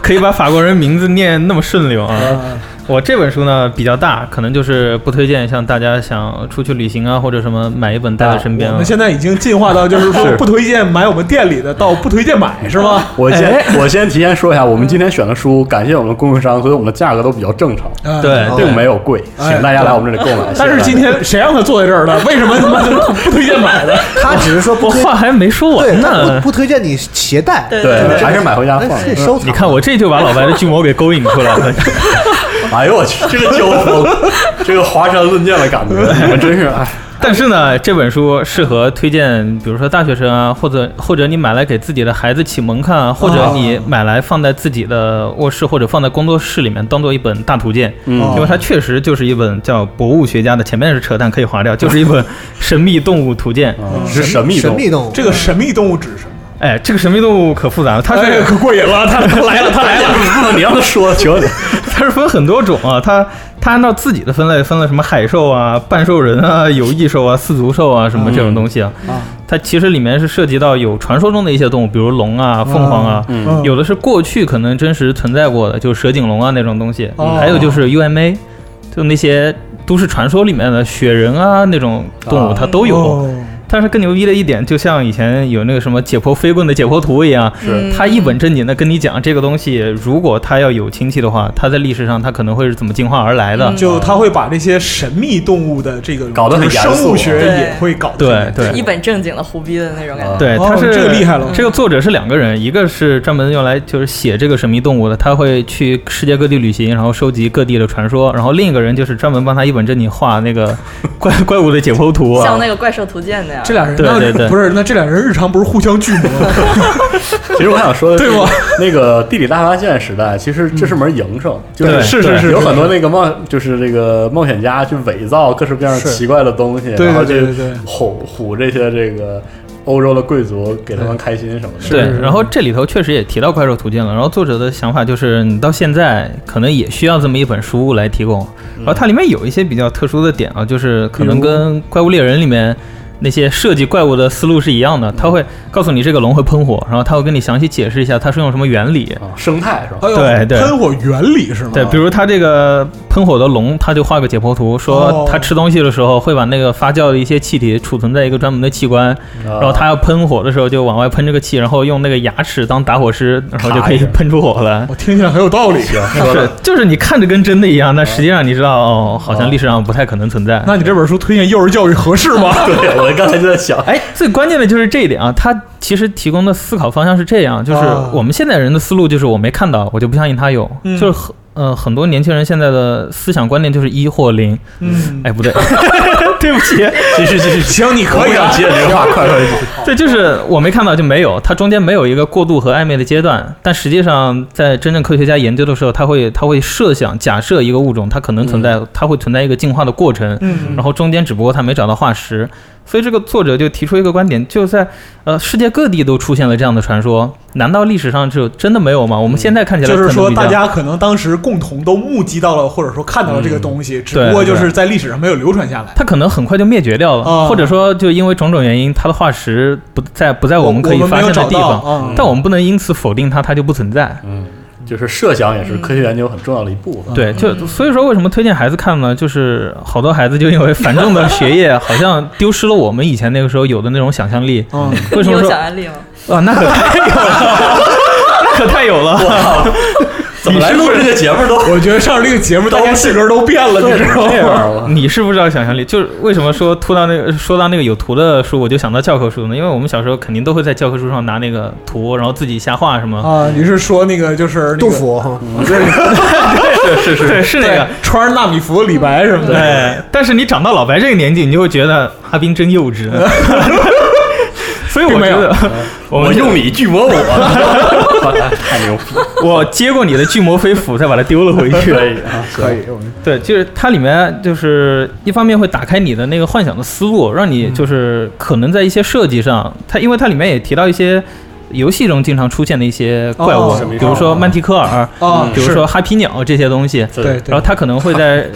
E: 可以把法国人名字念那么顺溜啊。
B: 呃
E: 我这本书呢比较大，可能就是不推荐像大家想出去旅行啊，或者什么买一本带在身边
B: 我
E: 啊
B: 们。现在已经进化到就是说
A: 是
B: 不推荐买我们店里的，到不推荐买是吗？
A: 我先、我先提前说一下，我们今天选的书，感谢我们的供应商，所以我们的价格都比较正常，
B: 呃
E: 啊对
C: 哦，
A: 并没有贵，请
B: 哎
A: 大家来我们这里购买。
B: 但是
A: 谢谢
B: 今
A: 大家
B: 天谁让他坐在这儿的？为什么他妈就不推荐买 的？
C: 他只是说不
E: 我
C: 推
E: 话还没说
C: 对，
E: 完
C: 他
E: 呢
C: 不，不推荐你携带，
D: 对
A: 对，还是买回家放
B: 哎
C: 那。是收藏。
E: 你看我这就把老白的巨魔给勾引出来了。
A: 哎呦我 去，这个交锋，这个华山论剑的感觉，你们真是哎，
E: 但是呢，这本书适合推荐，比如说大学生啊，或者或者你买来给自己的孩子启蒙看啊，或者你买来放在自己的卧室或者放在工作室里面当做一本大图鉴，
A: 嗯
E: 因
B: 哦
E: 为它确实就是一本叫《博物学家》的，前面是扯淡可以划掉，就是一本神秘动物图鉴。
A: 啊是神秘
C: 神
A: 动物
C: 秘动物，
B: 这个神秘动物指什么？
E: 哎，这个神秘动物可复杂了，它
B: 哎
E: 是
B: 可过瘾了，他他来了，他来了。
A: 不能你让他说，求 你。
E: 它是分很多种啊，它它按照自己的分类分了什么海兽啊、半兽人啊、有翼兽啊、四足兽啊什么这种东西啊。
B: 啊
E: 它其实里面是涉及到有传说中的一些动物，比如龙啊、凤凰啊，
B: 嗯
E: 有的是过去可能真实存在过的，就是蛇颈龙啊那种东西，
B: 哦
E: 还有就是 UMA，就那些都市传说里面的雪人啊那种动物，
A: 啊
E: 它都有。
B: 哦
E: 但是更牛逼的一点，就像以前有那个什么解剖飞棍的解剖图一样，
A: 是
B: 嗯
D: 嗯
E: 他一本正经的跟你讲这个东西，如果他要有亲戚的话，他在历史上他可能会是怎么进化而来的。
A: 哦
D: 嗯
B: 就他会把这些神秘动物的这个
A: 搞得很
B: 就是
A: 严肃
B: 生物学
D: 对
B: 也会搞得
E: 对
B: 很
E: 对
B: 严肃
D: 一本正经的胡逼的那种感觉。
E: 对，
B: 哦
E: 他是、
B: 这个厉害了
E: 这个作者是两个人，一个是专门用来就是写这个神秘动物的，他会去世界各地旅行，然后收集各地的传说；然后另一个人就是专门帮他一本正经画那个 怪怪物的解剖图啊
D: 像。那个怪兽图鉴那样，
B: 这俩人
E: 对
B: 那
E: 对对
B: 不是那这俩人日常不是互相巨 魔吗？
A: 其实我想说的是，
B: 对吧
A: 那个地理大发现时代，其实这是门营生，就是
E: 对
B: 是是是
A: 有很多那个冒，就是这个冒险家去伪造各式各样
B: 是
A: 奇怪的东西，
B: 对
A: 然后
B: 对
A: 去
B: 对对对
A: 唬唬这些这个欧洲的贵族，给他们开心什么的。
E: 对
B: 是，
E: 然后这里头确实也提到怪兽图鉴了。然后作者的想法就是，你到现在可能也需要这么一本书来提供。
B: 嗯
E: 然后它里面有一些比较特殊的点啊，就是可能
A: 比如
E: 跟《怪物猎人》里面那些设计怪物的思路是一样的。他会告诉你这个龙会喷火，然后他会跟你详细解释一下它是用什么原理。
A: 啊，生态是吧？
B: 哎呦，
E: 对对
B: 喷火原理是吗？
E: 对，比如它这个喷火的龙，它就画个解剖图，
B: 哦
E: 说它吃东西的时候会把那个发酵的一些气体储存在一个专门的器官，
A: 然
E: 然后它要喷火的时候就往外喷这个气，然后用那个牙齿当打火石，然后就
A: 卡
E: 可以
A: 一下
E: 喷出火来。
B: 我听起来很有道 理。
A: 说
E: 是
A: 的，
E: 就是你看着跟真的一样，但实际上你知道，哦，好
A: 哦
E: 像历史上不太可能存在。
B: 嗯那你这本书推荐幼儿教育合适吗？
A: 对，我刚才就在想，
E: 哎，最关键的就是这一点啊，它其实提供的思考方向是这样，就是
B: 啊
E: 我们现在人的思路就是我没看到，我就不相信他有，
B: 嗯
E: 就是很呃很多年轻人现在的思想观念就是一或零，
B: 嗯，
E: 哎不对， 对不起，
A: 继续继续，
B: 行，你可以
A: 我
B: 啊
A: 不想。接你这话，快快快
E: 对，就是我没看到就没有，它中间没有一个过渡和暧昧的阶段。但实际上，在真正科学家研究的时候，他会他会设想假设一个物种它可能存在，它会存在一个进化的过程，
B: 嗯，
E: 然后中间只不过他没找到化石。所以这个作者就提出一个观点，就在呃世界各地都出现了这样的传说，难道历史上就真的没有吗？我们现在看起来
B: 就是
E: 可能
B: 说，
E: 比较
B: 大家可能当时共同都目击到了，或者说看到了这个东
E: 嗯
B: 西，只不过就是在历史上没有流传下来。
E: 它可能很快就灭绝掉了，
B: 啊
E: 或者说就因为种种原因，它的化石不在不在
B: 我
E: 哎我们可以
B: 没
E: 发
B: 有
E: 现的
B: 找
E: 地
B: 到
E: 方。
B: 嗯
E: 但我们不能因此否定它，它就不存在。
A: 嗯，就是设想也是科学研究很重要的一部分。
E: 对，就所以说为什么推荐孩子看呢？就是好多孩子就因为繁重的学业，好像丢失了我们以前那个时候有的那种想象力。
B: 嗯，
E: 为 什
D: 你有
E: 么说
D: 想安利吗？
E: 啊？那可 太有了，那可太有了。
A: 怎么来录这个节目都
B: 我觉得上这个节目，大家性格都变了，你知道
A: 这
B: 吗？
A: 样了？
E: 你是不知道想象力，就是为什么说突到那个说到那个有图的书，我就想到教科书呢？因为我们小时候肯定都会在教科书上拿那个图，然后自己瞎画什么。
B: 啊，你是说那个就是
C: 杜甫哈，
E: 是是是那个
B: 对。穿着纳米服的李白什么的，
E: 对，但是你长到老白这个年纪，你就会觉得哈冰真幼稚。所以我
B: 并没
E: 觉
B: 有
E: 得我
A: 啊
E: 们
A: 我用你巨魔我，太牛逼！
E: 我接过你的巨魔飞斧，再把它丢了回 去。
A: 可以啊，
B: 可以，我们
E: 对，就是它里面就是一方面会打开你的那个幻想的思路，让你
A: 嗯
E: 就是可能在一些设计上，它因为它里面也提到一些游戏中经常出现的一些怪物
B: 哦，
A: 什么意思哦
E: 比如说曼提科尔，
B: 啊，
E: 嗯比如
B: 是
E: 说哈皮鸟这些东西。
A: 对
B: 对
E: 然
B: 对
E: 后，它可能 会在，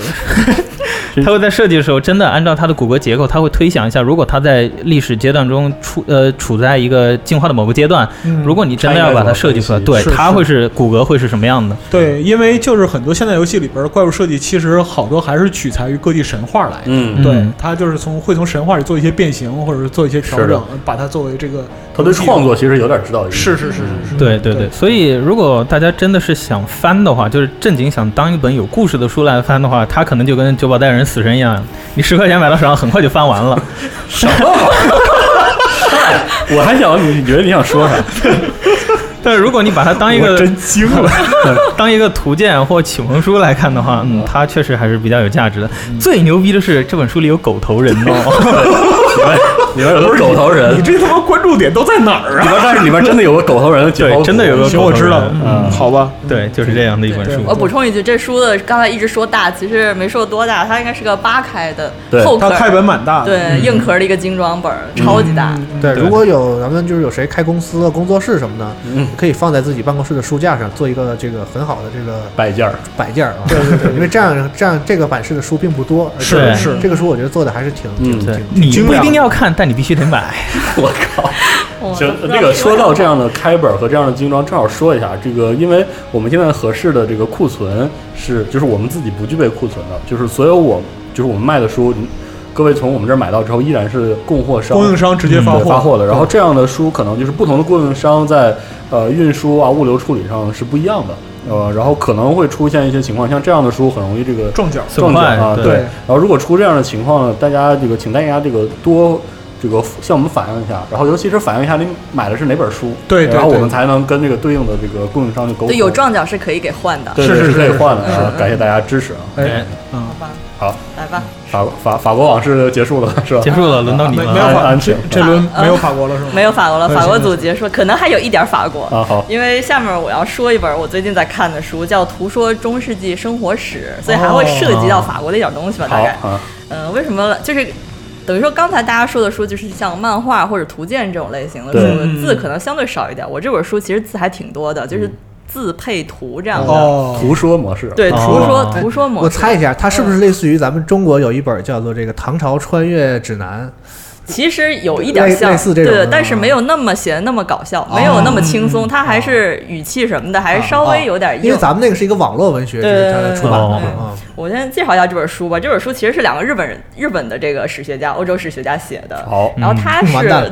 E: 它会在设计的时候，真的按照它的骨骼结构，它会推想一下，如果它在历史阶段中处呃处在一个进化的某个阶段，
B: 嗯
E: 如果你真的要把它设计出来，
A: 它应该
E: 对，
B: 怎么分析
E: 它
B: 是
E: 会是骨骼会是什么样的？
B: 对，因为就是很多现代游戏里边的怪物设计，其实好多还是取材于各地神话来的。
A: 嗯，
B: 对
E: 嗯，
B: 它就是从会从神话里做一些变形，或者是做一些调
A: 是
B: 整
A: 的，
B: 把它作为这个
A: 他对创作其实有点指导意义。
B: 是是是是是，
E: 对对对，所以如果大家真的是想翻的话，就是正经想当一本有故事的书来翻的话，它可能就跟《九保带人死神》一样，你十块钱买到手上，很快就翻完了。
A: 什么玩意儿？我还想你，你觉得你想说啥？
E: 但是如果你把它当一个
B: 惊了。
E: 当一个图鉴或启蒙书来看的话，嗯，它确实还是比较有价值的。最牛逼的是这本书里有狗头人哦，
A: 里面里面有个狗头人，
B: 你这他妈关注点都在哪儿
A: 里
B: 啊？
A: 面但是里面真的有个狗头人的解
E: 对
A: 剖图，
E: 真的有个
B: 行，我知道，
A: 嗯
B: 好吧，
E: 对，就是这样的一本
B: 对
E: 书
B: 对。
D: 我补充一句，这书的刚才一直说大，其实没说多大，它应该是个八开的
A: 对
D: 后
B: 它
D: 壳，
B: 开本蛮大的，
D: 对硬壳的一个精装本，超级大。
C: 对，
E: 对
C: 如果有咱们就是有谁开公司、工作室什么的，
A: 嗯
C: 可以放在自己办公室的书架上，做一个这个很好的这个
A: 摆件儿，
C: 摆件儿啊。对对对，因为这样这样这个版式的书并不多，而
E: 是
C: 且
B: 是
C: 这个书我觉得做的还是挺挺
A: 嗯
E: 对
C: 挺。
E: 你
B: 精
E: 不一
B: 良
E: 定要看，但你必须得买。
A: 我靠！
D: 哇
A: 行，那个说到这样的开本和这样的精装，正好说一下这个，因为我们现在合适的这个库存是，就是我们自己不具备库存的，就是所有我就是我们卖的书，各位从我们这儿买到之后，依然是供货商
B: 供应商直接发
A: 嗯对
B: 货，
A: 发货的。然后这样的书可能就是不同的供应商在呃运输啊、物流处理上是不一样的。呃，然后可能会出现一些情况，像这样的书很容易这个
B: 撞角。
E: 损
A: 撞奖
E: 坏
A: 啊，
E: 对
A: 然后如果出这样的情况呢，大家这个请大家这个多这个向我们反映一下，然后尤其是反映一下您买的是哪本书，
B: 对对
A: 然后
B: 对
A: 我们才能跟这个对应的这个供应商去沟通。
D: 对，有撞角是可以给换的。
A: 对
B: 是
A: 对
B: 是
A: 是可以
B: 是是
A: 换的
D: 是
A: 啊
D: 是，
A: 感谢大家支持啊！
E: 哎，
B: 嗯，
D: 好吧，
A: 好，
D: 来吧，
A: 法法法国往事结束了是吧？
E: 结束了，轮到你
B: 没
E: 们
B: 没有
E: 了。
A: 安
B: 法
A: 安
B: 这
A: 全
B: 这轮没有法国了是吗？
D: 啊嗯没有法国了，
B: 哎
D: 法国
B: 行
D: 组结束，可能还有一点法国。
A: 啊，好，
D: 因为下面我要说一本我最近在看的书，叫《图说中世纪生活史》，所以还会涉及到法国的一点东西吧，大
A: 好
D: 概。
A: 啊，
D: 呃，为什么就是等于说刚才大家说的书，就是像漫画或者图鉴这种类型的
A: 对
D: 书，
B: 嗯
D: 字可能相对少一点。我这本书其实字还挺多的，就是字配图这样的。
B: 哦，
A: 图说模式，
D: 对，
E: 哦
D: 图说、
E: 哎
D: 图说模式。
C: 我猜一下，它是不是类似于咱们中国有一本叫做《这个唐朝穿越指南
D: 其实有一点像，
C: 类类似
D: 对
C: 这种
D: 对
C: 的，啊哦
D: 但是没有那么闲，那么搞笑，没有那么轻松，它还是语气什么的，还是稍微有点》，
C: 哦因
D: 硬
C: 为。咱们那个是一个网络文学，就
D: 对
C: 是它的出版的嗯
E: 对
D: 对
C: 嘛。哦
D: 我先介绍一下这本书吧。这本书其实是两个日本人、日本的这个史学家、欧洲史学家写的。
A: 好
D: 然后他
C: 嗯
D: 是
C: 完 蛋了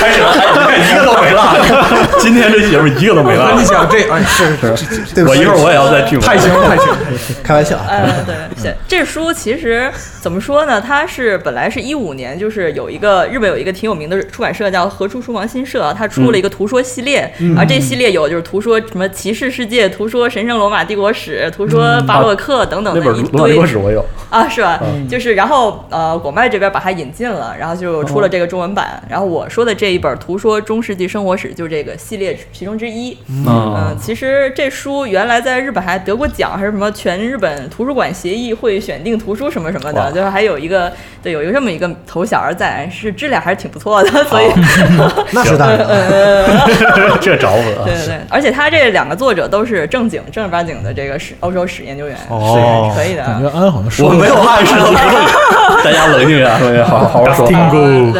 A: 开始了，一个都没了， 今天这姐们一个都没
B: 我跟
A: 了
B: 你。讲这哎是
C: 嗯， 对不
A: 我
C: 起
A: 一会儿我也要再剧
B: 太
A: 太
B: 行
A: 行，
B: 了太行了，
C: 开玩笑啊，
D: 呃，对，是这书其实怎么说呢？它是本来是一五年，就是有一个日本有一个挺有名的出版社叫和出书房新社，它
A: 嗯
D: 出了一个图说系列，而这系列有就是图说什么骑士世界、图说神圣罗马帝国史、图说巴洛克等等
A: 嗯那
D: 的
A: 本
D: 一
A: 《罗马
D: 堆
A: 历史》我有，
D: 啊，是吧？
A: 嗯
D: 就是然后呃，国外这边把它引进了，然后就
A: 哦
D: 出了这个中文版。然后我说的这一本《图说中世纪生活史》就是这个系列其中之一。嗯，
B: 啊
A: 呃
E: 嗯，
D: 其实这书原来在日本还得过奖，还是什么全日本图书馆协议会选定图书什么什么
A: 哇
D: 的，就是还有一个对有一个这么一个头衔儿在，是质量还是挺不错的，所以
B: 哦
C: 那是当然了，
A: 这着啊我
D: 对
A: 了
D: 对对，而且他这两个作者都是正经正儿八经的这个史欧洲史研究员，
B: 哦
D: 是可以的啊
B: 感。觉安好像
A: 啊，我
B: 说
A: 没有暗示到 大家冷静一下，冷静一下好好好好说。
D: 对，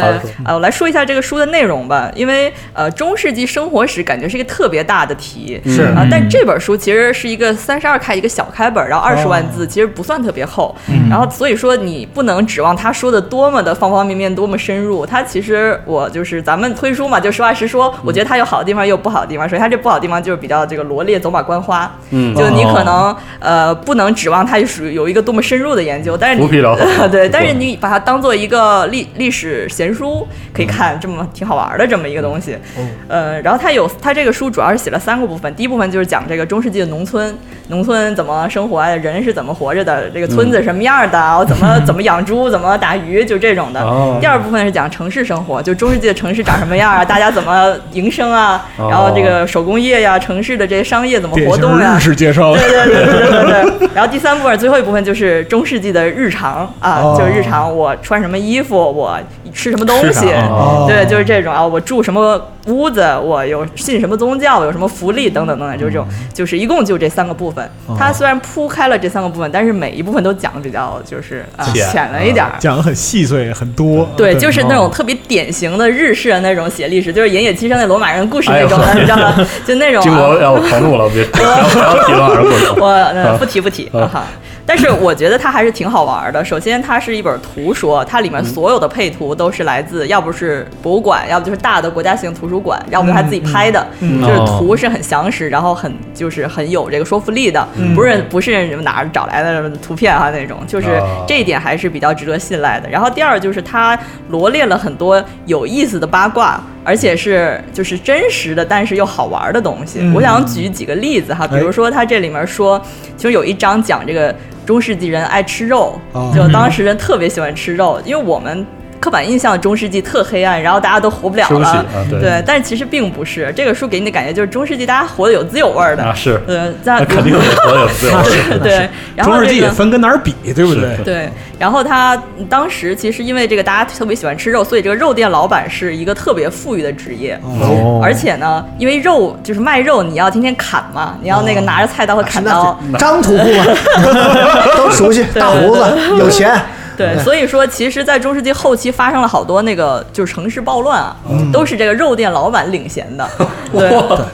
A: 好好说
D: 啊，我来说一下这个书的内容吧，因为呃，中世纪生活史感觉是一个特别大的题，
A: 嗯
C: 是
D: 啊，但这本书其实是一个三十二开一个小开本，然后二十万字，其实不算特别厚。然后所以说你不能指望他说的多么的方方面面，多么深入。他其实我就是咱们推书嘛，就实话实说，我觉得他有好的地方，也有不好的地方。首先他这不好的地方就是比较这个罗列走马观花，
A: 嗯
D: 就你可能呃不能指望它就属于有一个多么深入的研究，但是
A: 浮
D: 你
A: 皮潦草
D: 对，但是你把它当做一个历历史闲书可以看，这么挺好玩的这么一个东西。呃，然后它有它这个书主要是写了三个部分，第一部分就是讲这个中世纪的农村，农村怎么生活啊，人是怎么活着的，这个村子什么样的，我怎么怎么养猪，怎么打鱼，就这种的。
A: 哦
D: 第二部分是讲城市生活，就中世纪的城市长什么样啊，大家怎么营生啊，然后这个手工业呀、城市的这些商业怎么
B: 典
D: 活
B: 型
D: 动呀、
B: 日式介绍，
D: 对对对对对对对。然后第三部分最后一部分就是中世纪的日常啊，
B: 哦
D: 就是日常，我穿什么衣服，我吃什么东
E: 吃啥
D: 西，
E: 哦
D: 对，就是这种啊，我住什么屋子，我有信什么宗教，我有什么福利等等等等，就是
A: 嗯
D: 这种，就是一共就这三个部分。
A: 哦
D: 它虽然铺开了这三个部分，但是每一部分都讲的比较就是啊
A: 浅嗯
D: 浅了一点儿。
B: 讲的很细碎，很多，哦
D: 对，就是那
A: 哦
D: 种特别典型的日式的那种写历史，就是《岩野七生》那罗马人故事
A: 哎
D: 那
A: 呦呃
D: 种的，你知道吗？ 就那种啊。
A: 金国要哎狂怒了，别不要不要提了，还是过 去。
D: 我呃不提不提
A: 啊
D: 啊哈。但是我觉得它还是挺好玩的。首先，它是一本图说，它里
A: 嗯
D: 面所有的配图都是来自，要不是博物馆，要不就是大的国家型图书馆，要
A: 嗯
D: 不就是他自己拍的。就是
A: 哦
D: 图是很详实，然后很就是很有这个说服力的，
A: 嗯
D: 不是不是什么哪儿找来的图片啊那种，就是
A: 啊
D: 这一点还是比较值得信赖的。然后第二就是它罗列了很多有意思的八卦。而且是就是真实的，但是又好玩的东西。
B: 嗯
D: 我想举几个例子哈，比如
B: 哎
D: 说它这里面说，其实有一章讲这个中世纪人爱吃肉，
B: 哦
D: 就当时人特别喜欢吃肉，因为我们刻板印象中世纪特黑暗，然后大家都活不了
A: 吃不
D: 了，
A: 起啊对
D: 但是其实并不是，这个书给你的感觉就是中世纪大家活得有滋有味儿的，
A: 啊是
D: 呃，在
A: 那肯定 得我有自由。
D: 对，然后
B: 中世纪
D: 这
B: 也
D: 个。
B: 分跟哪儿比，对不对
A: 是？
D: 对，然后他当时其实因为这个大家特别喜欢吃肉，所以这个肉店老板是一个特别富裕的职业。
B: 哦
D: 而且呢，因为肉就是卖肉，你要天天砍嘛，你要那个拿着菜刀和砍刀，
C: 啊那张屠户嘛， 都熟悉，大胡子，有钱，
D: 对，所以说，其实，在中世纪后期发生了好多那个就是城市暴乱啊，都是这个肉店老板领衔的。对，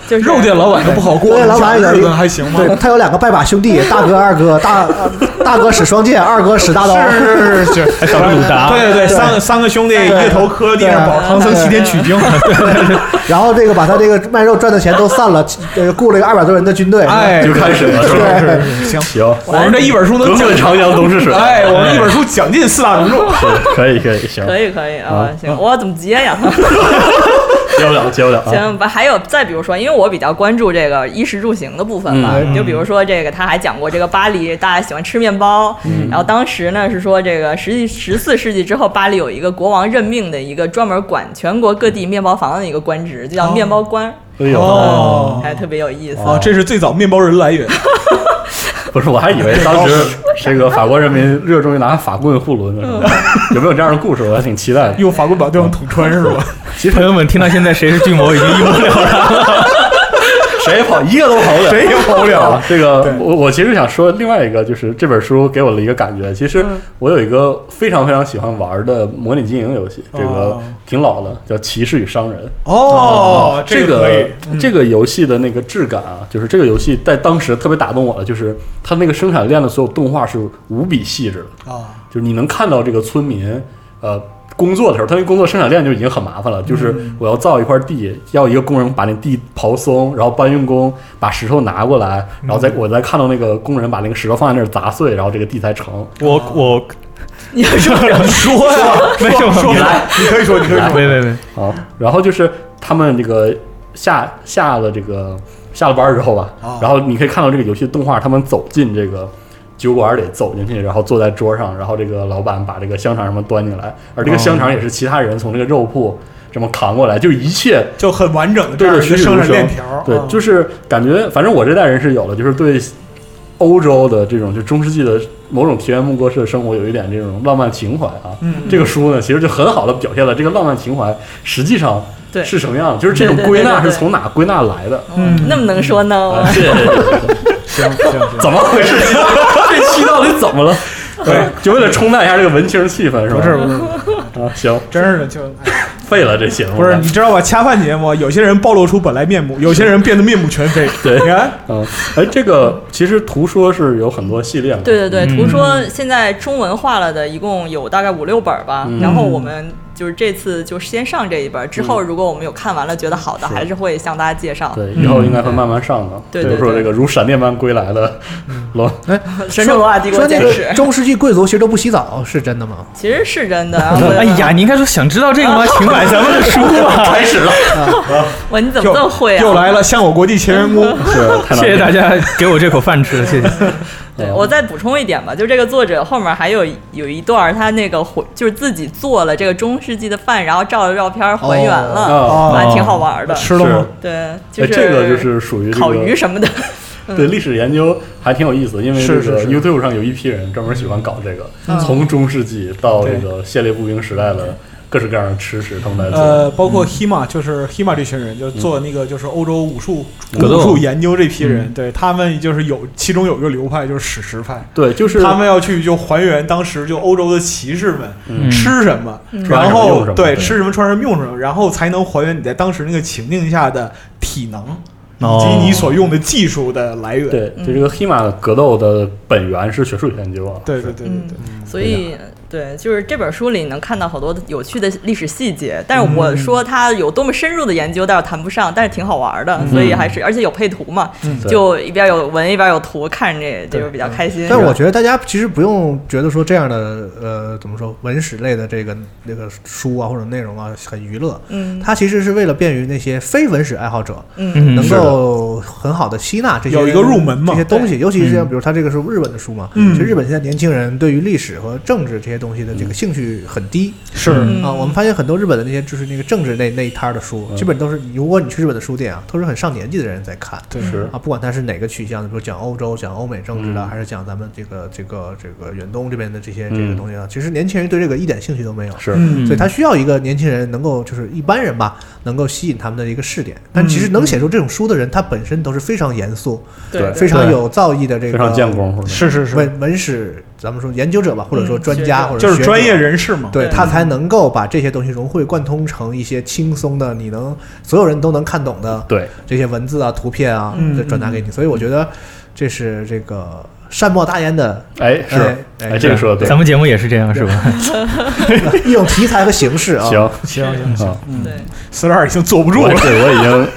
D: 就是
B: 肉店老板都不好过，
C: 对，老板
B: 你
C: 有
B: 想
C: 一
B: 日子还行吗？
C: 对他有两个拜把兄弟，大哥、二哥，大呃大哥使双剑，二哥使大刀，
B: 是是是是，
E: 还少了鲁达，
B: 啊对对，三个三个兄弟一个头磕地上，保唐僧西天取经，
C: 然后这个把他这个卖肉赚的钱都散了，呃，雇了一个二百多人的军队，
B: 哎，
A: 就开始了，是吧？
C: 对，
B: 行，
A: 行，
B: 我们这一本书能
A: 滚
B: 讲
A: 滚，长江东逝水，
B: 哎，我们一本书讲尽四大名著，
A: 是可以可以，行，
D: 可以可以啊，行，我怎么接呀？
A: 接不了接不了啊，
D: 行，不还有再比如说，因为我比较关注这个衣食住行的部分嘛，
B: 嗯
D: 就比如说这个他还讲过这个巴黎大家喜欢吃面包，然后当时呢是说这个十几十四世纪之后，巴黎有一个国王任命的一个专门管全国各地面包房的一个官职，就叫面包官，
A: 哎呦，
B: 哦
D: 还特别有意思。
B: 哦，这是最早面包人来源，
A: 不是，我还以为当 时这个法国人民热衷于拿法棍护轮呢，是吧 有没有这样的故事？我还挺期待的。
B: 用法棍把对方捅穿是吧？
A: 其
E: 朋
A: 实
E: 友们听到现在，谁是巨魔已经一目了然。
A: 谁跑一个都跑不了，
B: 谁也跑不了。
A: 这个
B: 对
A: 我我其实想说另外一个，就是这本书给我的一个感觉，其实我有一个非常非常喜欢玩的模拟经营游戏，这个
B: 哦
A: 挺老了，叫《骑士与商人》。
B: 哦，
A: 这
B: 个可以，
A: 这个游戏的那个质感啊，就是这个游戏在当时特别打动我的，就是它那个生产链的所有动画是无比细致的，
B: 啊，
A: 就是你能看到这个村民呃工作的时候，他那工作生产链就已经很麻烦了，就是我要造一块地，要一个工人把那地刨松，然后搬运工把石头拿过来，然后再我再看到那个工人把那个石头放在那儿砸碎，然后这个地才成。
E: 我我
D: 你要说
B: 你说呀，
E: 没有
B: 说
E: 你
B: 来，你可以说，你可以说，
E: 没没没，
A: 啊，然后就是他们这个下下了这个下了班儿之后吧，
B: 哦
A: 然后你可以看到这个游戏动画，他们走进这个酒馆里走进去，然后坐在桌上，然后这个老板把这个香肠什么端进来，而这个香肠也是其他人从这个肉铺这么扛过来，就一切
B: 就很完整的这
A: 对
B: 样
A: 着
B: 一
A: 栩
B: 个
A: 栩
B: 生
A: 如
B: 产链
A: 生
B: 条，，啊
D: 啊
A: 对，就是感觉，反正我这代人是有的，就是对欧洲的这种就中世纪的某种田园牧歌式的生活有一点这种浪漫情怀啊。
B: 嗯
A: 这个书呢，其实就很好的表现了这个浪漫情怀实际上
D: 对
A: 是什么样的，就是这种
D: 对对对
A: 归纳
D: 对哦对
A: 是从哪归纳来的。
B: 嗯
D: 那么能说呢
A: 啊，？谢谢，
B: 行行行，
A: 怎么回 事？这期到底怎么了？哎
B: 对，
A: 就为了冲淡一下这个文青气氛是吧？
B: 不是不是，
A: 啊，行，
B: 真是的就。哎
A: 废了这节目。
B: 不是，你知道吧？恰饭节目，有些人暴露出本来面目，有些人变得面目全非。
A: 对
B: 你看，
A: 嗯，哎，这个其实图说是有很多系列嘛。
D: 对对对，
E: 嗯
D: 图说现在中文化了的，一共有大概五六本儿吧。
A: 嗯
D: 然后我们就是这次就先上这一本儿，之后如果我们有看完了觉得好的，
A: 是
D: 还是会向大家介绍。
A: 对，以
B: 嗯
A: 后应该会慢慢上的。
D: 啊对
A: 比
D: 对
A: 如说
D: 对
A: 这个如闪电般归来的
B: 嗯
A: 罗，
B: 哎
D: 神圣罗马帝国
C: 说那
D: 简史
C: 个》中世纪贵族其实都不洗澡，是真的吗？
D: 其实是真 的。啊
E: 哎呀，
D: 我，
E: 你应该说想知道这个吗？请买咱们的书啊吧。
A: 开始了，
D: 我你怎么
B: 又
D: 这么会啊？
B: 又来了，向我国际前 员工。
A: 是太难
E: 谢谢大
A: 家。
E: 家给我这口饭吃，谢谢。
D: 对我再补充一点吧，就这个作者后面还有有一段儿，他那个回就是自己做了这个中世纪的饭，然后照着照片儿还原了，
A: 啊，
B: 哦
D: 还挺好玩儿的。
B: 吃了吗？
D: 对，
A: 哎，
D: 就是
A: 这个就是属于这
D: 烤鱼
A: 个
D: 什么的。
A: 对历史研究还挺有意思，因为这
B: 是嗯
A: 个
B: 是是
A: YouTube 上有一批人专门喜欢搞这个，从中世纪到这个现列步兵时代的各式各样的吃食，他们来做。
B: 呃，包括 Hima，就是 Hima 这群人，就是做那个就是欧洲武术
E: 格斗
B: 武术研究这批人，对他们就是有其中有一个流派就是史实派，
A: 对，就是
B: 他们要去就还原当时就欧洲的骑士们
A: 嗯
B: 吃什么，
A: 穿什么
B: 然
A: 用
B: 后
A: 什么对
B: 对吃什么穿什么用什么，然后才能还原你在当时那个情境下的体能以
E: 哦
B: 及你所用的技术的来源。
A: 对，就这个黑马格斗的本源是学术研究啊。
B: 对对对对
D: 嗯
B: 对，
D: 所以，对，就是这本书里能看到好多有趣的历史细节，但是我说它有多么深入的研究，倒是谈不上，但是挺好玩的，所以还是而且有配图嘛，
A: 对
D: 就一边有文一边有图，看着也就是比较开心。
C: 但我觉得大家其实不用觉得说这样的呃怎么说文史类的这个那个书啊或者内容啊很娱乐，
D: 嗯
C: 它其实是为了便于那些非文史爱好者
D: 嗯，
E: 嗯
C: 能，够很好的吸纳这些
B: 有一个入门嘛
C: 这些东西，尤其是像
E: 嗯
C: 比如他这个是日本的书嘛，
B: 嗯
C: 其实日本现在年轻人对于历史和政治这些东西的这个兴趣很低
B: 是
D: 嗯
C: 啊，我们发现很多日本的那些就是那个政治那那一摊儿的书，
A: 嗯
C: 基本都是如果你去日本的书店啊，都是很上年纪的人在看。
B: 对
A: 是
C: 啊，不管它是哪个取向的，比如讲欧洲、讲欧美政治的，啊
A: 嗯
C: 还是讲咱们这个这个这个远东这边的这些这个
A: 嗯
C: 东西啊，其实年轻人对这个一点兴趣都没有。
A: 是
B: 嗯
C: 所以他需要一个年轻人能够，就是一般人吧，能够吸引他们的一个试点。但其实能写出这种书的人，他本身都是非常严肃、
A: 对
D: 对，
C: 非常有造�诣的这
A: 非
C: 个
A: 常见功夫的。
B: 是是是，
C: 文文史咱们说研究者吧，或者说
D: 嗯
C: 专
D: 学
C: 家，
D: 者
C: 或者
B: 就是
C: 学
B: 专
C: 者
B: 业人士嘛。
C: 对
D: 对
C: 他才能够把这些东西融会贯通成一些轻松的，你能所有人都能看懂的
A: 对，
C: 这些文字啊、图片啊，
B: 嗯
C: 这转达给你。所以我觉得这是这个善莫大焉的
A: 哎，是，
C: 哎哎
A: 哎，这个说的
E: 咱
A: 对，
E: 们节目也是这样，是吧？
C: 一种题材和形式啊。
A: 行，
B: 行行行，
A: 啊，
D: 对，
B: 四十二已经坐不住
A: 我
B: 了。
A: 对我已经，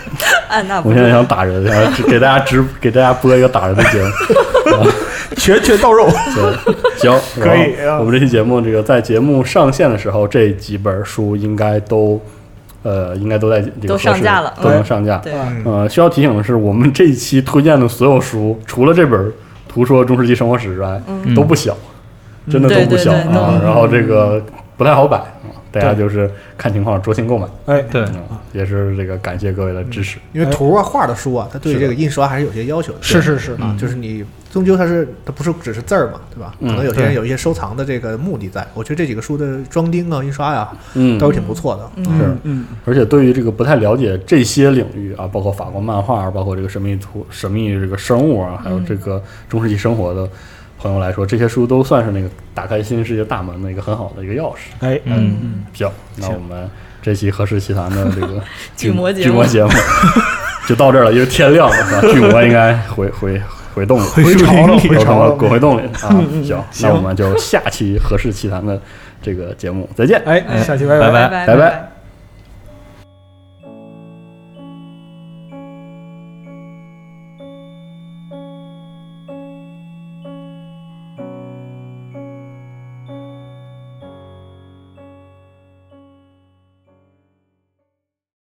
D: 按捺不
A: 我
D: 住
A: 现在。想打人，然后给大家直给大家播一个打人的节目，
B: 拳拳到肉。
A: 行，行，
B: 可以
A: 然后我们这期节目，这个在节目上线的时候，这几本书应该都，呃，应该都在这个
D: 都上
A: 合适
D: 架了
A: 都能上架。
D: 对
C: 嗯
A: 呃，需要提醒的是，我们这一期推荐的所有书，除了这本《图说中世纪生活史》之外，
E: 嗯
A: 都不小，真的都
D: 对
A: 不
D: 对
A: 小
D: 对嗯
A: 啊。
B: 都
A: 然后这个不太好摆，啊大家
B: 对
A: 就是看情况酌情购买。
B: 哎，
E: 对，
A: 嗯，也是这个感谢各位的支持。
C: 因为图啊、画的书啊，它对
A: 是
C: 这
A: 的
C: 个印刷还是有些要求的。
B: 是是是，
C: 啊，就是你终究它是它不是只是字儿嘛，对吧？可
A: 嗯
C: 能有些
B: 对
C: 人有一些收藏的这个目的在。我觉得这几个书的装订啊、印刷呀、
A: 嗯
C: 都是挺不错的。
D: 嗯
A: 是
B: 嗯，
A: 而且对于这个不太了解这些领域啊，包括法国漫画，包括这个神秘图、神秘这个生物啊，还有这个中世纪生活的朋友来说，这些书都算是那个打开新世界大门的一个很好的一个钥匙。
B: 哎，
E: 嗯
B: 嗯，
A: 行，那我们这期《何氏奇谈》的这 个
D: 巨魔节目
A: 巨魔节目就到这儿了，因为天亮了，是吧巨魔应该回回回洞里，
B: 回
A: 回
B: 巢了，回巢
A: 了，
B: 了。
A: 滚回洞里啊！ 行，
B: 行
A: 那我们就下期《何氏奇谈》的这个节目再见。
B: 哎，下期拜
D: 拜
E: 拜拜
A: 拜
D: 拜
A: 拜
D: 拜。